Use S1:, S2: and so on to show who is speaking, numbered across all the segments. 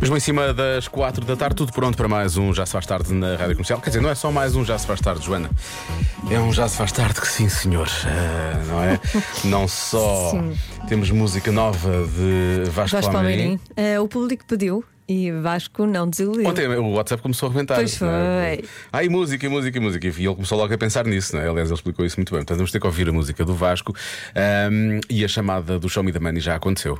S1: Mesmo em cima das quatro da tarde, tudo pronto para mais um Já Se Faz Tarde na Rádio Comercial. Quer dizer, não é só mais um Já Se Faz Tarde, Joana. É um Já Se Faz Tarde que sim, senhor. Ah, não é? Não só
S2: Sim.
S1: temos música nova de Vasco,
S2: Vasco
S1: Palmeirim.
S2: Palmeirim. Eh, o público pediu e Vasco não desiludiu.
S1: Ontem o WhatsApp começou a arrebentar.
S2: Pois
S1: não é?
S2: foi.
S1: Ah, e música, e música, e música. E ele começou logo a pensar nisso, não é? Aliás, ele explicou isso muito bem. Portanto, vamos ter que ouvir a música do Vasco ahm, e a chamada do Show Me the Money já aconteceu.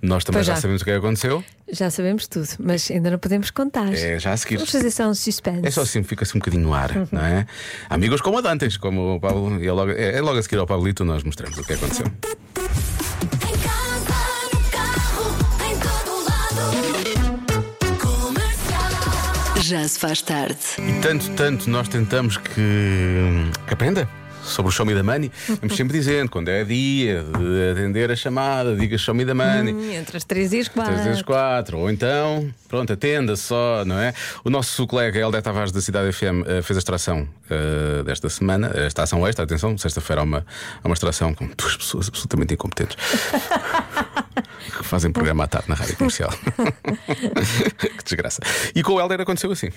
S1: Nós também
S2: Pois
S1: já.
S2: já.
S1: sabemos o que é que aconteceu.
S2: Já sabemos tudo, mas ainda não podemos contar.
S1: É já a seguir.
S2: Vamos fazer só um suspense.
S1: É só assim, fica-se um bocadinho no ar, não é? Amigos como a Dantes, como o Pablo. E é logo, é, é logo a seguir ao Pablito, nós mostramos o que aconteceu.
S3: Em casa, no carro, em todo lado. Comercial.
S4: Já se faz tarde.
S1: E tanto, tanto nós tentamos que, que aprenda. Sobre o Show Me the Money, vamos sempre dizendo quando é dia de atender a chamada, diga Show Me the Money.
S2: Hum, Entre as três e as quatro.
S1: 3 vezes 4, ou então, pronto, atenda só, não é? O nosso colega Helder Tavares da Cidade FM eh, fez a extração eh, desta semana, esta ação extra, atenção, sexta-feira há uma, há uma extração com duas pessoas absolutamente incompetentes que fazem programa à tarde na rádio comercial. que desgraça. E com o Helder aconteceu assim.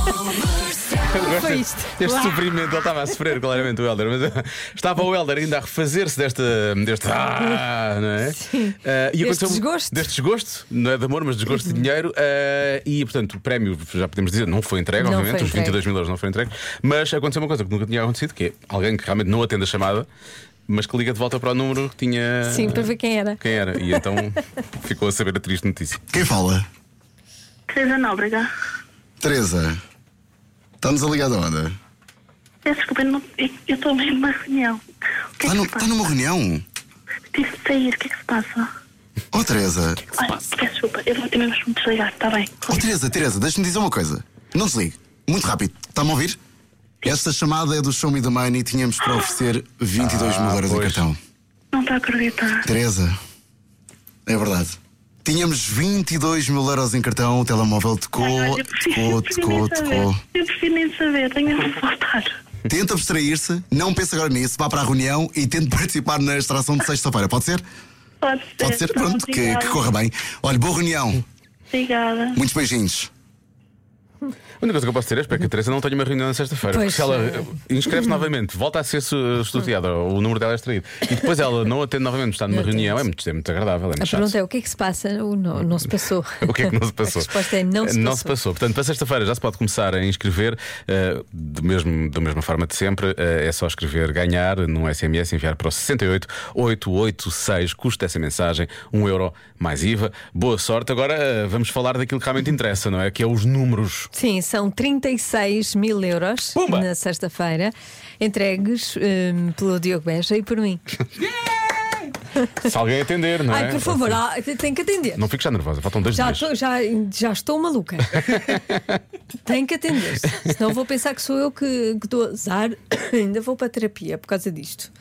S1: Eu gosto
S2: Foi
S1: deste-
S2: isto.
S1: Este
S2: Uau.
S1: sofrimento, ele estava a sofrer claramente o Helder, mas eh, estava o Helder ainda a refazer-se desta. deste. Ah, não é?
S2: Sim.
S1: Ah, e
S2: Deste
S1: aconteceu-
S2: desgosto. Uhum.
S1: Deste desgosto, não é de amor, mas desgosto de dinheiro. ah, e, portanto, o prémio, já podemos dizer, não foi entregue,
S2: Não
S1: obviamente,
S2: foi
S1: os 22
S2: entregue.
S1: mil euros não foram entregues. Mas aconteceu uma coisa que nunca tinha acontecido, que é alguém que realmente não atende a chamada. Mas que liga de volta para o número que tinha.
S2: Sim, para ver quem era.
S1: Quem era? E então ficou a saber a triste notícia.
S5: Quem fala?
S6: Teresa Nóbrega.
S5: Teresa. Está-nos a ligar da onda?
S6: Peço desculpa, eu não- eu eu estou ali numa reunião. O
S5: Está
S6: que é que
S5: Tá no-
S6: se
S5: está
S6: passa?
S5: numa reunião?
S6: Tive de sair, o que é que se passa?
S5: Oh, Teresa.
S6: Olha, peço desculpa, eu vou ter mesmo que me desligar, está bem?
S5: Oh, Teresa, Teresa, deixa-me dizer uma coisa. Não desligue. Muito rápido. Está-me a ouvir? Esta chamada é do Show Me the Money e tínhamos para oferecer 22 mil euros em
S1: pois.
S5: cartão.
S6: Não está a acreditar.
S5: Teresa. É verdade. Tínhamos 22 mil euros em cartão, o telemóvel
S6: Ai, olha,
S5: tocou,
S6: Ah, eu prefiro- eu
S5: tocou,
S6: prefiro nem
S5: tocou,
S6: saber.
S5: tocou.
S6: Eu prefiro nem saber, tenho a voltar.
S5: Tenta abstrair-se, não pense agora nisso, vá para a reunião e tente participar na extração de sexta-feira, pode ser?
S6: Pode ser.
S5: Pode ser,
S6: tá,
S5: pronto, que,
S6: obrigada.
S5: que corra bem. Olha, boa reunião.
S6: Obrigada.
S5: Muitos beijinhos.
S1: A única coisa que eu posso dizer é espero que a Teresa não tenha uma reunião na sexta-feira.
S2: Uhum. Pois,
S1: porque Se ela
S2: eh,
S1: inscreve-se novamente, volta a ser su- sorteada, o número dela é extraído. E depois ela não atende novamente, está numa
S2: Não
S1: reunião,
S2: atende.
S1: é muito, é muito agradável. É muito
S2: A
S1: chato.
S2: pergunta é o que é que se passa? O não, não se passou.
S1: O que é que não se passou? Eh,
S2: A resposta é não se
S1: não
S2: passou.
S1: se passou. Portanto, para sexta-feira já se pode começar a inscrever, eh, do mesmo, da mesma forma de sempre. eh, é só escrever ganhar num SMS, enviar para o 68886. Custa essa mensagem, 1 euro mais IVA. Boa sorte. Agora eh, vamos falar daquilo que realmente interessa, não é? Que é os números.
S2: Sim, são 36 mil euros
S1: Pumba!
S2: na sexta-feira, entregues hum, pelo Diogo Beja e por mim.
S1: Se alguém atender, não é?
S2: Ai, por favor, ah, tem que atender.
S1: Não fico já nervosa, faltam dois
S2: Já
S1: dias.
S2: estou, já, já estou maluca. Tenho que atender. -se. Senão vou pensar que sou eu que, que dou azar. Ainda vou para a terapia por causa disto.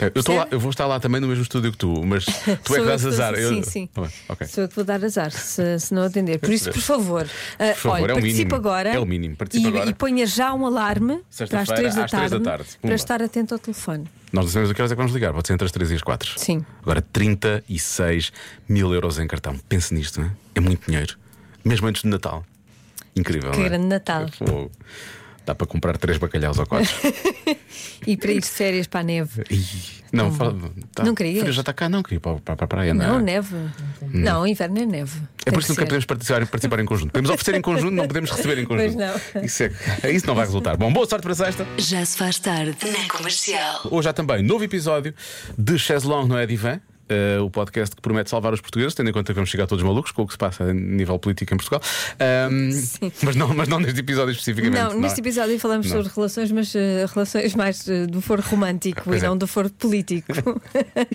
S1: Eu, estou lá-
S2: Percebe?
S1: eu vou estar lá também no mesmo estúdio que tu, mas tu
S2: Sou
S1: é
S2: eu
S1: que dás
S2: dou-
S1: azar.
S2: Sim,
S1: Eu-
S2: sim.
S1: Tá bem, ok.
S2: Sou eu que vou dar azar se, se não atender. Por isso, por favor, ah,
S1: favor,
S2: olha,
S1: é o
S2: participa
S1: mínimo.
S2: agora.
S1: É o mínimo, participa
S2: e,
S1: agora.
S2: E ponha já um alarme para as
S1: Sexta-feira,
S2: 3 da
S1: às três
S2: tarde,
S1: da tarde. Pumba.
S2: para estar atento ao telefone.
S1: Nós não sabemos a que horas é que vamos ligar, pode ser entre as 3 e as 4.
S2: Sim.
S1: Agora, 36 mil euros em cartão. Pense nisto, não é? É muito dinheiro. Mesmo antes do Natal. Incrível.
S2: Que
S1: não é?
S2: grande Natal.
S1: Fogo. Dá para comprar três bacalhaus ou quatro.
S2: E para ir de férias para a neve.
S1: Ih, não, fala, tá,
S2: Não querias?
S1: Frio já está cá, não, queria ir para, para, para a praia, não é?
S2: Não, neve. Não, inverno é neve.
S1: É por
S2: Tem que
S1: isso que nunca
S2: ser.
S1: podemos participar, participar em conjunto. Podemos oferecer em conjunto, não podemos receber em
S2: Pois
S1: conjunto.
S2: não.
S1: Isso, é, isso não vai resultar. Bom, boa sorte para sexta.
S4: Já se faz tarde na comercial.
S1: Hoje há também novo episódio de Chaise Longue, não é divã? Eh, o podcast que promete salvar os portugueses, tendo em conta que vamos chegar todos malucos com o que se passa a nível político em Portugal. Ahm, mas, não, mas não neste episódio especificamente.
S2: Não, neste
S1: é?
S2: episódio falamos
S1: Não.
S2: sobre relações, mas eh, relações mais eh, do foro romântico
S1: Pois
S2: e
S1: é.
S2: não do foro político.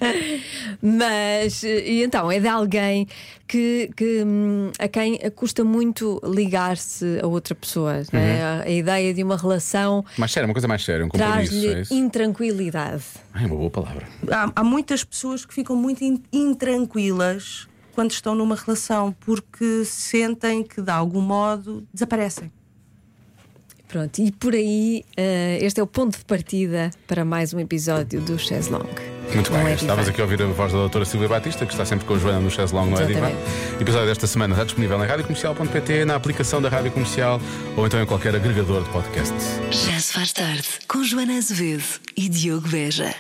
S2: mas, eh, e então, é de alguém que, que, hum, a quem custa muito ligar-se a outra pessoa. não é? A, a ideia de uma relação
S1: Mais sério, uma coisa mais séria, um Uhum. compromisso. É
S2: traz-lhe
S1: isso?
S2: intranquilidade.
S1: Ah, é uma boa palavra.
S7: há, há muitas pessoas que ficam muito in- intranquilas quando estão numa relação, porque sentem que de algum modo desaparecem.
S2: Pronto, e por aí eh, este é o ponto de partida para mais um episódio do Chess Long.
S1: Muito bem,
S2: Não é
S1: estavas
S2: divã.
S1: aqui a ouvir a voz da doutora Silvia Batista, que está sempre com o Joana no Chess Long, não é divã?
S2: Exatamente.
S1: Episódio desta semana está disponível na radiocomercial.pt, na aplicação da Rádio Comercial ou então em qualquer agregador de podcast.
S4: Já se faz tarde com Joana Azevedo e Diogo Veja.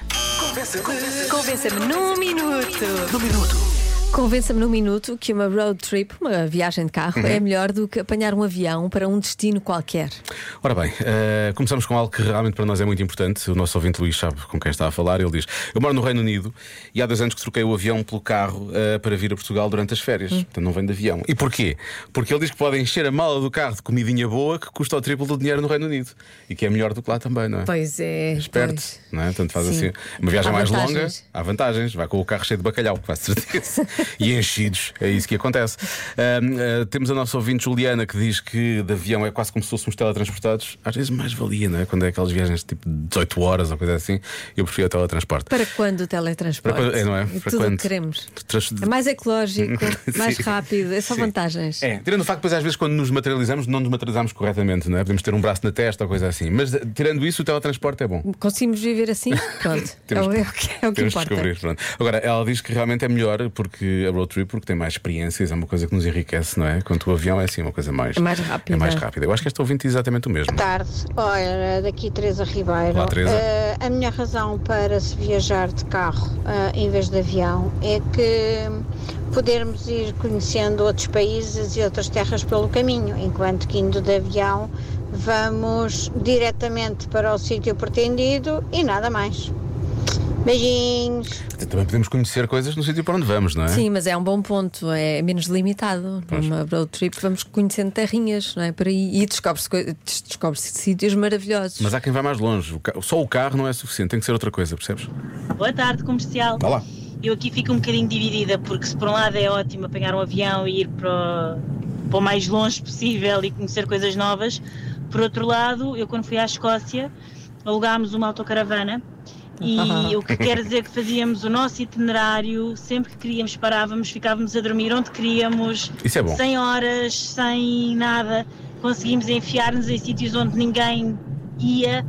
S2: Convença-me num minuto. Convença-me num minuto que uma road trip, uma viagem de carro,
S1: Uhum.
S2: é melhor do que apanhar um avião para um destino qualquer.
S1: Ora bem, eh, começamos com algo que realmente para nós é muito importante. O nosso ouvinte Luís sabe com quem está a falar. Ele diz: Eu moro no Reino Unido e há dois anos que troquei o avião pelo carro eh, para vir a Portugal durante as férias. Portanto, não vem de avião. E porquê? Porque ele diz que pode encher a mala do carro de comidinha boa que custa o triplo do dinheiro no Reino Unido e que é melhor do que lá também, não é?
S2: Pois é.
S1: Esperto, não é? Portanto, faz
S2: Sim.
S1: assim uma viagem
S2: Há
S1: mais longa.
S2: vantagens.
S1: Há vantagens, vai com o carro cheio de bacalhau, com a certeza. e enchidos, é isso que acontece. Ahm, ah, temos a nossa ouvinte Juliana que diz que de avião é quase como se fôssemos teletransportados. Às vezes mais valia, não é? Quando é aquelas viagens tipo de 18 horas ou coisa assim, eu prefiro o teletransporte.
S2: Para quando o teletransporte?
S1: Para quando- é, não é?
S2: E
S1: Para
S2: Tudo o
S1: quando?
S2: que queremos.
S1: Trans-
S2: É mais ecológico, mais
S1: Sim.
S2: rápido, é só
S1: Sim.
S2: vantagens.
S1: É, tirando o facto, depois às vezes quando nos materializamos, não nos materializamos corretamente, não é? Podemos ter um braço na testa ou coisa assim. Mas eh, tirando isso, o teletransporte é bom.
S2: Conseguimos viver assim? Pronto. é, o, é o que, é o que
S1: temos de
S2: importa.
S1: descobrir, pronto. Agora, ela diz que realmente é melhor porque a road trip, porque tem mais experiências, é uma coisa que nos enriquece, não é? Quando o avião é assim, uma coisa mais.
S2: É mais rápida.
S1: É mais rápida. Eu acho que esta ouvinte diz exatamente o mesmo.
S8: Boa tarde. Olha, daqui Teresa Ribeiro.
S1: Olá, Teresa.
S8: Eh, a minha razão para se viajar de carro eh, em vez de avião é que podermos ir conhecendo outros países e outras terras pelo caminho, enquanto que indo de avião vamos diretamente para o sítio pretendido e nada mais. Beijinhos.
S1: Também podemos conhecer coisas no sítio para onde vamos, não é?
S2: Sim, mas é um bom ponto, é menos limitado. Numa road trip vamos conhecendo terrinhas, não é? Por aí e descobre-se coi- des- descobre-se sítios maravilhosos.
S1: Mas há quem vai mais longe. O ca- Só o carro não é suficiente, tem que ser outra coisa, percebes?
S9: Boa tarde, comercial.
S1: Vá lá.
S9: Eu aqui fico um bocadinho dividida, porque se por um lado é ótimo apanhar um avião e ir para o, para o mais longe possível e conhecer coisas novas, por outro lado, eu quando fui à Escócia, alugámos uma autocaravana e o que quer dizer que fazíamos o nosso itinerário, sempre que queríamos parávamos, ficávamos a dormir onde queríamos,
S1: Isso é bom.
S9: sem horas, sem nada, conseguimos enfiar-nos em sítios onde ninguém ia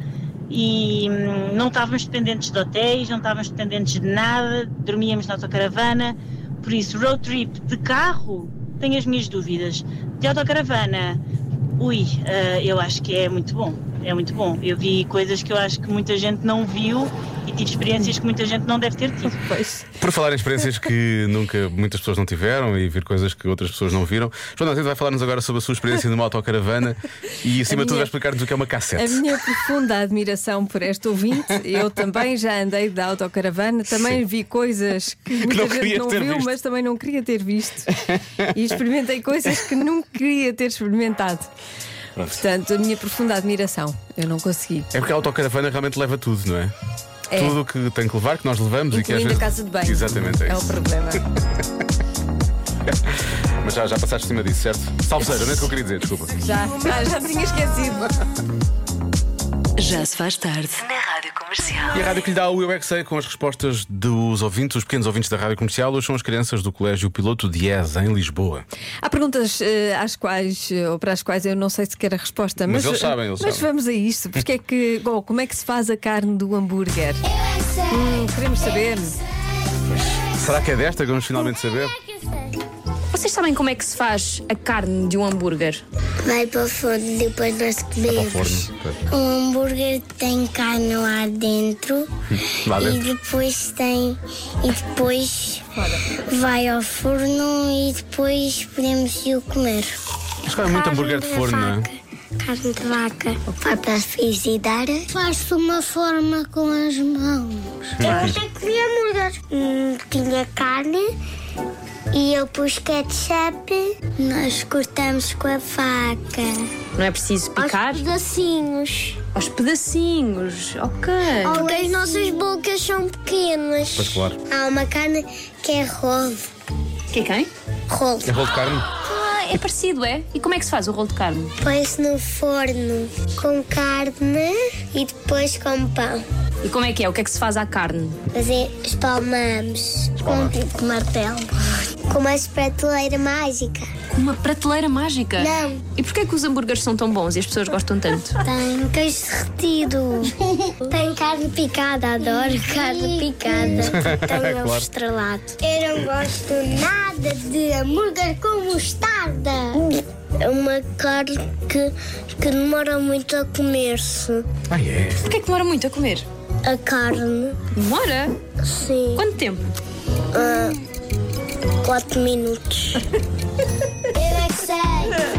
S9: e hum, não estávamos dependentes de hotéis, não estávamos dependentes de nada, dormíamos na autocaravana, por isso road trip de carro tenho as minhas dúvidas. De autocaravana, ui, ah, eu acho que é muito bom, é muito bom. Eu vi coisas que eu acho que muita gente não viu e tive experiências que muita gente não deve ter tido.
S2: Pois.
S1: Por falar em experiências que nunca muitas pessoas não tiveram e ver coisas que outras pessoas não viram, João Azevedo vai falar-nos agora sobre a sua experiência numa autocaravana e, acima
S2: A
S1: de tudo,
S2: minha-
S1: vai explicar-nos o que é uma cassete.
S2: A minha profunda admiração por este ouvinte, eu também já andei da autocaravana, também
S1: Sim.
S2: vi coisas que muita
S1: não
S2: gente
S1: querias
S2: não
S1: ter
S2: viu,
S1: visto.
S2: mas também não queria ter visto. e experimentei coisas que não queria ter experimentado. Portanto, a minha profunda admiração. Eu não consegui.
S1: É porque a autocaravana realmente leva tudo, não é?
S2: É.
S1: Tudo o que tem que levar, que nós levamos e que às
S2: Incluindo
S1: vezes.
S2: a casa de banho.
S1: Exatamente, é,
S2: É o
S1: isso.
S2: problema.
S1: Mas já, já passaste por cima disso, certo? Salve seja, não é isso que eu queria dizer, desculpa.
S2: Já, já, já tinha esquecido.
S4: Já se faz tarde na Rádio Comercial.
S1: E a rádio que lhe dá o Eu é Que Sei, com as respostas dos ouvintes, os pequenos ouvintes da rádio comercial, hoje são as crianças do Colégio Piloto Diez, em Lisboa.
S2: Há perguntas eh, às quais, eh, ou para as quais eu não sei sequer a resposta,
S1: Mas
S2: mas, eh,
S1: eles sabem, eles
S2: mas
S1: sabem.
S2: vamos a isto. Porque é que, bom, como é que se faz a carne do hambúrguer? Hum, queremos saber.
S1: Será que é desta que vamos finalmente saber?
S10: Vocês sabem como é que se faz a carne de um hambúrguer?
S11: Vai para o forno, depois nós
S1: Para o
S11: comemos.
S1: forno. Pois.
S11: O hambúrguer tem carne lá dentro
S1: Lá
S11: e
S1: dentro.
S11: depois tem e depois vai ao forno e depois podemos ir comer.
S1: Mas claro, é muito hambúrguer de forno, não é?
S11: Carne de vaca. Vai para frigideira. Faz-se uma forma com as mãos. Eu
S1: Hum.
S11: achei que tinha hambúrguer. Hum, tinha carne e eu pus ketchup. Nós cortamos com a faca.
S10: Não é preciso picar?
S11: Aos pedacinhos.
S10: Aos pedacinhos, ok.
S11: Porque as nossas bocas são pequenas.
S1: Pois claro.
S11: Há uma carne que é rolo.
S10: Que é quem?
S11: Rolo.
S1: É rolo de carne?
S10: Ah, é parecido, é? E como é que se faz o rolo de carne?
S11: Põe-se no forno com carne e depois com pão.
S10: E como é que é? O que é que se faz à carne?
S11: Mas é, espalmamos com um tipo de martelo. Com uma esprateleira mágica.
S10: Com uma prateleira mágica?
S11: Não.
S10: E porquê é que os hambúrgueres são tão bons e as pessoas gostam tanto?
S11: Tem um queijo derretido. Tem carne picada, adoro carne picada. Tem um ovo
S10: Claro.
S11: estrelado. Eu não gosto nada de hambúrguer com mostarda. É uma carne que, que demora muito a comer-se.
S1: Ah, é?
S10: Porquê é que demora muito a comer?
S11: A carne,
S10: Demora?
S11: sim.
S10: Quanto tempo?
S11: Ah, quatro minutos. Eu é que sei.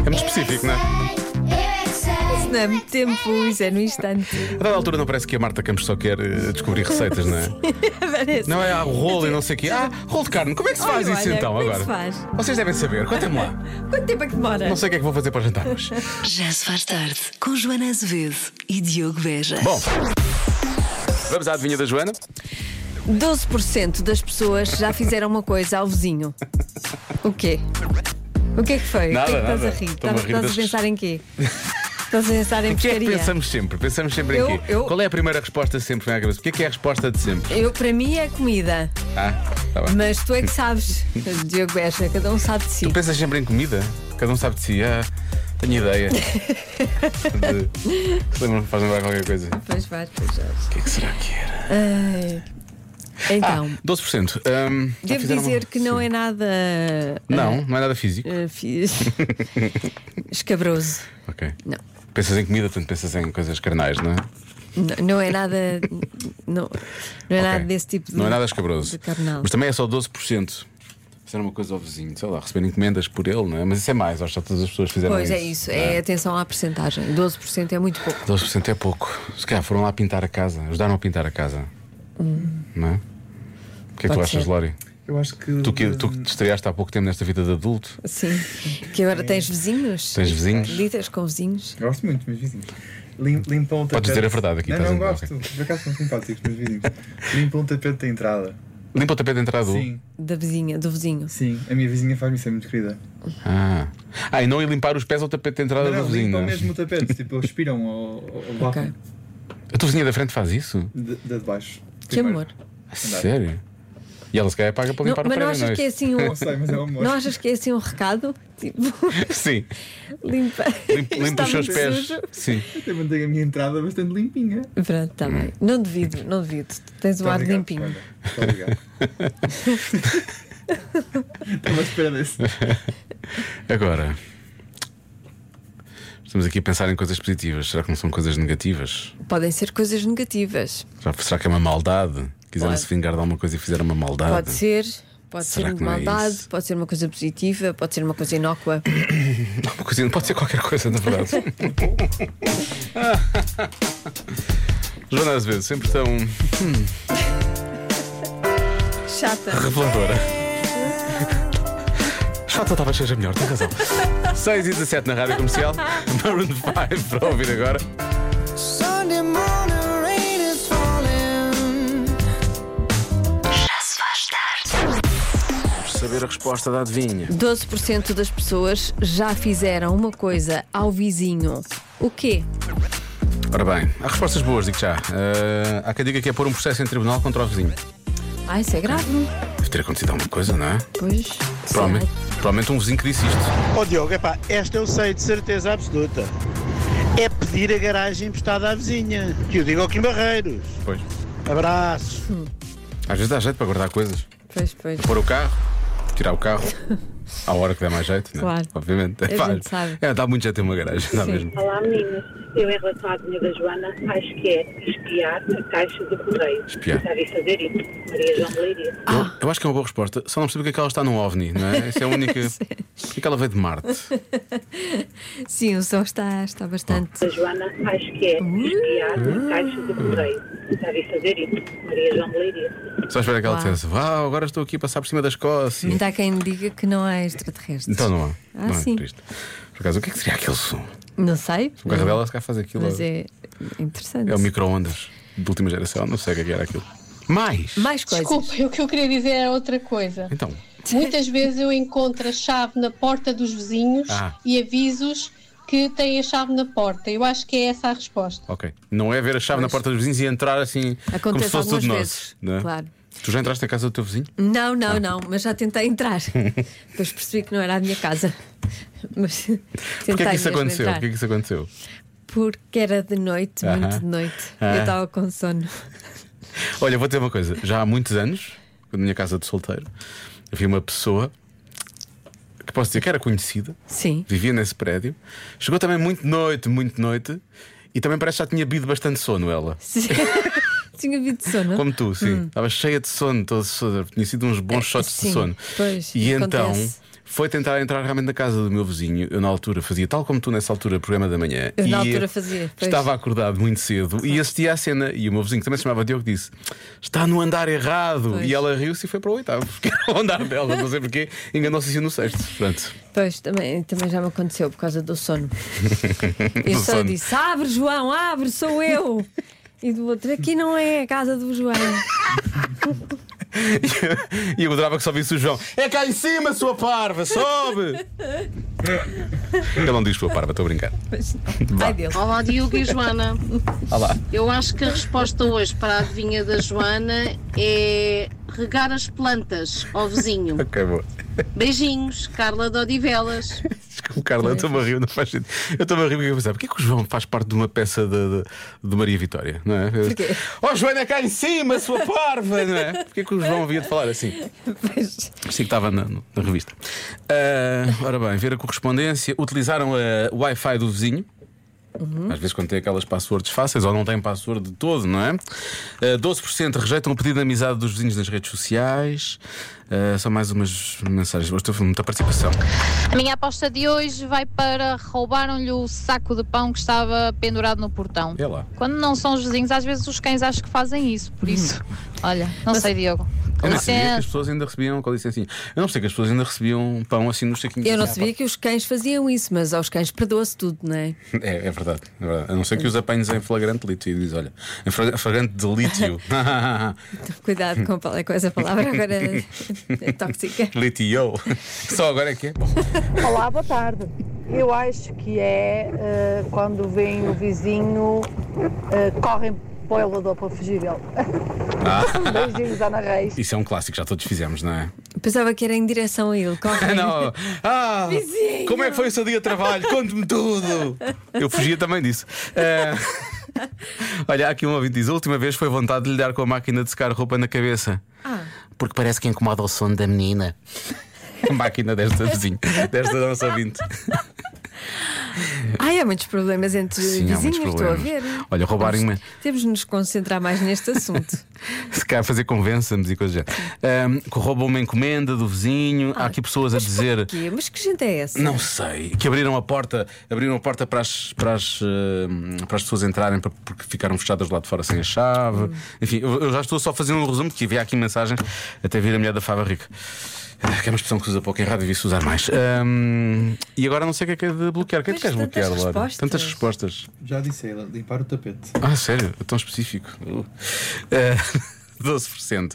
S1: É muito específico, não é?
S11: Eu é que sei.
S2: Não é muito tempo, isso é no instante.
S1: A dada altura não parece que a Marta Campos só quer eh, descobrir receitas, não é?
S2: Parece.
S1: Não é ah, o rolo e não sei o quê. Ah, rolo de carne, como é que se
S2: Olha,
S1: faz isso
S2: olha,
S1: então
S2: como é que
S1: agora?
S2: se faz?
S1: Vocês devem saber, contem-me lá.
S2: Quanto tempo é que demora?
S1: Não sei o que é que vou fazer para jantar hoje.
S4: Já se faz tarde com Joana Azevedo e Diogo Beja.
S1: Bom, vamos à adivinha da Joana.
S2: 12% das pessoas já fizeram uma coisa ao vizinho. O quê? O que é que foi?
S1: Nada,
S2: o que é que estás
S1: nada.
S2: a rir?
S1: Estou-me
S2: Estás,
S1: a rir
S2: estás a
S1: das-
S2: pensar em quê? Estás a pensar em
S1: O que é que
S2: pescaria?
S1: pensamos sempre? Pensamos sempre
S2: Eu-
S1: em quê?
S2: eu-
S1: Qual é a primeira resposta sempre que vem à cabeça? O que é que é a resposta de sempre?
S2: Eu, para mim é comida,
S1: Ah, tá bem.
S2: mas tu é que sabes, Diogo Beja, cada um sabe de si.
S1: Tu pensas sempre em comida? Cada um sabe de si. Ah, tenho ideia. De- Lembro-me, faz lembrar qualquer coisa. O
S2: Pois vai, pois vai.
S1: que é que será que era?
S2: Ai. Então,
S1: Ah, 12%. Hum, já
S2: devo
S1: fizeram uma-
S2: dizer que não
S1: Sim.
S2: é nada.
S1: Não, não é nada físico.
S2: eh, fiz- escabroso.
S1: Ok.
S2: Não.
S1: Pensas em comida, tanto pensas em coisas carnais, não é?
S2: Não, não é nada. Não, não é nada
S1: Ok.
S2: desse tipo de.
S1: Não é nada escabroso.
S2: de carnal.
S1: Mas também é só 12%. Fizeram uma coisa ao vizinho, sei lá, receber encomendas por ele, não é? Mas isso é mais, acho que só todas as pessoas fizeram
S2: Pois
S1: isso.
S2: é isso, é
S1: Ah.
S2: atenção à percentagem. 12% é muito pouco.
S1: 12% é pouco. Se calhar foram lá pintar a casa, ajudaram a pintar a casa. Não é? O que é que tu
S2: Hum. Pode
S1: achas,
S2: ser.
S1: Lori?
S12: Eu acho que.
S1: Tu que, tu que te estreaste há pouco tempo nesta vida de adulto,
S2: Sim. Que agora tens vizinhos.
S1: Tens vizinhos?
S2: Lidas com vizinhos.
S12: Gosto muito dos meus vizinhos. Lim, limpam o tapete.
S1: Podes dizer a verdade aqui,
S12: Não,
S1: estás
S12: não
S1: a-
S12: gosto. Por acaso são simpáticos os meus vizinhos. Limpam o tapete da entrada.
S1: limpa o tapete de entrada. do-
S12: Sim,
S2: Da vizinha, do vizinho.
S12: sim. A minha vizinha faz-me ser muito querida.
S1: Ah. ah, e não ir limpar os pés ao tapete de entrada
S12: Não,
S1: do
S12: não,
S1: vizinho.
S12: limpam
S1: não é?
S12: mesmo o tapete. tipo, eles respiram ao, ao, ao okay.
S1: A tua vizinha da frente faz isso?
S12: de, de Tipo, baixo.
S2: Que amor.
S1: A sério? E ela se calhar paga para
S2: Não,
S1: limpar o
S2: mas
S1: prédio,
S2: não achas que é assim um.
S1: isso?
S2: Não achas que é assim um recado? Tipo,
S1: Sim,
S2: limpa.
S1: limpa,
S2: Está
S1: limpa os seus
S2: muito
S1: pés.
S2: sujo.
S1: Sim.
S12: Eu mantenho a minha entrada bastante limpinha.
S2: Pronto, está bem. Não devido, não devido. Tens o
S12: Muito
S2: ar
S12: obrigado,
S2: limpinho.
S12: olha, muito obrigado. Estava à espera desse.
S1: Agora, estamos aqui a pensar em coisas positivas. Será que não são coisas negativas?
S2: Podem ser coisas negativas.
S1: Já- Será que é uma maldade? Quiseram se
S2: Pode.
S1: vingar de alguma coisa e fizeram uma maldade?
S2: Pode ser, pode
S1: Será
S2: ser
S1: que
S2: uma
S1: não é
S2: maldade,
S1: isso?
S2: pode ser uma coisa positiva, pode ser uma coisa inócua.
S1: Não, uma coisa- pode ser qualquer coisa, na verdade. Joana, às vezes, sempre tão hum,
S2: Chata.
S1: reveladora. Chata talvez seja melhor, tem razão. 6 e 17 na rádio comercial. Maroon 5 para ouvir agora.
S3: Sunday morning rain is falling.
S4: Já se faz tarde.
S1: Vamos saber a resposta da adivinha.
S2: 12% das pessoas já fizeram uma coisa ao vizinho. O quê?
S1: Ora bem, há respostas boas, digo já. Eh, há quem diga que é pôr um processo em tribunal contra o vizinho.
S2: Ah, isso é grave.
S1: Deve ter acontecido alguma coisa, não é?
S2: Pois.
S1: Provavelmente, provavelmente um vizinho que disse isto.
S13: Ó Diogo, epá, esta eu sei de certeza absoluta. É pedir a garagem emprestada à vizinha. Que eu digo ao Kim Barreiros.
S1: Pois.
S13: Abraço.
S1: Às vezes dá jeito para guardar coisas.
S2: Pois, pois.
S1: Pôr o carro, tirar o carro, à hora que der mais jeito, não é?
S14: Claro.
S1: Obviamente.
S14: A gente sabe.
S1: É, dá muito jeito ter uma garagem, dá mesmo.
S14: Olá meninas, eu em relação à vinha da Joana, acho que é espiar a caixa do correio.
S1: Espiar.
S14: Já vi fazer isso, Maria João de Leiria.
S1: Eu, eu acho que é uma boa resposta. Só não percebo que é que ela está num OVNI, não é? Essa é a única. Porque ela veio de Marte.
S2: Sim, o sol está, está bastante.
S14: Da Joana, acho que é espiar a caixa do correio. Já vi fazer isso, Maria João de Leiria.
S1: Só espera que ela
S2: Uau.
S1: dissesse: Vá, agora estou aqui a passar por cima da Escócia.
S2: Ainda há quem diga que não é extraterrestre.
S1: Então não há.
S2: Ah,
S1: não é
S2: sim.
S1: triste. Por acaso, o que é que seria aquele som?
S2: Não sei.
S1: O carro dela se calhar faz aquilo.
S2: Mas é interessante.
S1: É o micro-ondas de última geração, não sei o que é que era aquilo. Mais!
S2: Mais coisas.
S15: Desculpa, o que eu queria dizer era outra coisa.
S1: Então,
S15: Muitas vezes eu encontro a chave na porta dos vizinhos
S1: Ah.
S15: e aviso-os que tem a chave na porta. Eu acho que é essa a resposta.
S1: Ok. Não é ver a chave na porta dos vizinhos e entrar assim como se
S2: Acontece
S1: fosse tudo nosso.
S2: algumas vezes.
S1: não é?
S2: Claro.
S1: Tu já entraste na casa do teu vizinho?
S2: Não, não,
S1: Ah.
S2: não, mas já tentei entrar. Depois percebi que não era a minha casa. Mas tentei
S1: Porquê é que isso
S2: mesmo
S1: aconteceu?
S2: entrar.
S1: Porquê é que isso aconteceu?
S2: Porque era de noite,
S1: Aham.
S2: muito de noite.
S1: Ah.
S2: Eu estava com sono.
S1: Olha, vou dizer uma coisa. Já há muitos anos, na minha casa de solteiro, havia uma pessoa que posso dizer que era conhecida,
S2: Sim.
S1: vivia nesse prédio, chegou também muito de noite, muito de noite, e também parece que já tinha bebido bastante sono ela.
S2: Tinha havido sono.
S1: Como tu, sim.
S2: Hum. É,
S1: Estava cheia de sono, todo sono. tinha sido uns bons shots
S2: sim,
S1: de sono.
S2: pois,
S1: e então
S2: acontece.
S1: foi tentar entrar realmente na casa do meu vizinho. Eu, na altura, fazia tal como tu, nessa altura, programa da manhã.
S2: Eu, na
S1: E
S2: altura, fazia, pois.
S1: Estava acordado muito cedo e assistia à cena. E o meu vizinho, que também se chamava Diogo, disse: Está no andar errado.
S2: Pois.
S1: E ela riu-se e foi para o oitavo, porque era o andar dela, não sei porquê. Enganou-se assim no sexto. Pronto.
S2: Pois, também, também já me aconteceu por causa do sono. Eu
S1: Do
S2: só
S1: sono.
S2: disse: abre, João, abre, sou eu. E do outro, aqui não é a casa do João.
S1: E eu adorava que só visse o João. É cá em cima, sua parva, sobe! Ele não diz sua parva, estou a brincar. Vai
S16: Olá, Diogo e Joana.
S1: Olá.
S16: Eu acho que a resposta hoje para a adivinha da Joana é regar as plantas ao vizinho.
S1: Ok, boa.
S16: Beijinhos, Carla de Odivelas.
S1: O Carla, eu estou-me a rir, não faz sentido. Eu estou-me a rir porque eu pensava, porquê que o João faz parte de uma peça de, de- de Maria Vitória? Não é?
S3: Porquê?
S1: Oh, Joana, cá em cima, sua parva, não é? Porquê que o João havia de falar assim? Parecia que estava na, na revista. Ah, ora bem, ver a correspondência. Utilizaram a Wi-Fi do vizinho. Às vezes, quando tem aquelas passwords fáceis ou não tem password de todo, não é? Ah, 12% rejeitam o pedido de amizade dos vizinhos nas redes sociais. Ah, são mais umas mensagens. Hoje teve muita participação.
S17: A minha aposta de hoje vai para roubaram-lhe o saco de pão que estava pendurado no portão.
S1: É lá.
S17: Quando não são os vizinhos, às vezes os cães acham que fazem isso, por isso. Olha, não sei, Diogo. Com
S1: Hum. Eu não sabia que as
S17: licença.
S1: pessoas ainda recebiam, com licença, eu não sei que as pessoas ainda recebiam pão assim nos saquinhos.
S2: Eu não sabia que os cães faziam isso, mas aos cães perdoa-se tudo, não é?
S1: É, é verdade, é verdade. A não ser que os apanhes em flagrante lítio e diz: olha, em fra- flagrante de lítio.
S2: Então, Cuidado com, a- com é essa palavra agora é tóxica.
S1: Litio. Só agora é que é. Bom,
S18: Olá, boa tarde. Eu acho que é eh, quando vem o vizinho, eh, correm para o elevador para fugir dele.
S1: Ah.
S18: Beijinhos, Ana Reis.
S1: Isso é um clássico, já todos fizemos, não é?
S2: Pensava que era em direção a ele. Corre.
S1: não. Ah,
S2: Vizinho.
S1: como é que foi o seu dia de trabalho? Conte-me tudo. Eu fugia também disso. Eh, Olha, há aqui um ouvinte que diz: a última vez foi vontade de lhe dar com a máquina de secar roupa na cabeça.
S2: Ah.
S1: Porque parece que incomoda o som da menina. A máquina desta vizinha, desta nossa ouvinte.
S2: Ai, há muitos problemas entre
S1: Sim, há
S2: vizinhos,
S1: muitos
S2: estou a ver.
S1: problemas. Olha, roubarem-me-
S2: Temos- Temos de nos concentrar mais neste assunto.
S1: Se quer fazer convença-nos e coisas do género. Ahm, que roubam uma encomenda do vizinho. Há aqui pessoas a dizer.
S2: Quê? Ah, Mas que gente é essa?
S1: Não sei. Que abriram a porta, abriram a porta para as, para as, eh, para as pessoas entrarem para- porque ficaram fechadas lá de fora sem a chave.
S2: Hum.
S1: Enfim, eu, eu já estou só fazendo um resumo porque havia aqui mensagens até vir a mulher da Fava Rica. Ah, Que é uma expressão que se usa pouco em rádio e devia-se usar mais. Ahm, e agora não sei o que é que é de bloquear. O que é que queres bloquear, Laura?
S12: respostas.
S1: Tantas respostas.
S12: Já disse a ela, limpar o tapete.
S1: Ah, sério? É tão específico. Uh. Eh, 12%.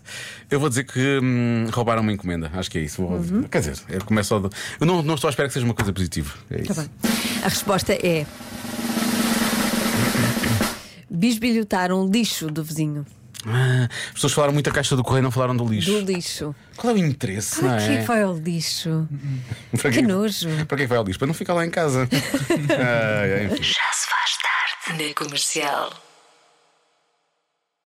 S1: Eu vou dizer que hum, roubaram uma encomenda. Acho que é isso. Vou-
S2: Uhum.
S1: Quer dizer, é, começa a... eu não, não estou à espera que seja uma coisa positiva. É isso.
S2: Tá bem. A resposta é. Bisbilhotaram o um lixo do vizinho.
S1: Ah, as pessoas falaram muito da caixa do correio, não falaram do lixo.
S2: Do lixo.
S1: Qual é o interesse, não
S2: Para
S1: é?
S2: que foi ao lixo?
S1: Para
S2: Que nojo.
S1: Para que foi ao lixo? Para não ficar lá em casa. Ah, enfim.
S4: Já se faz tarde na comercial.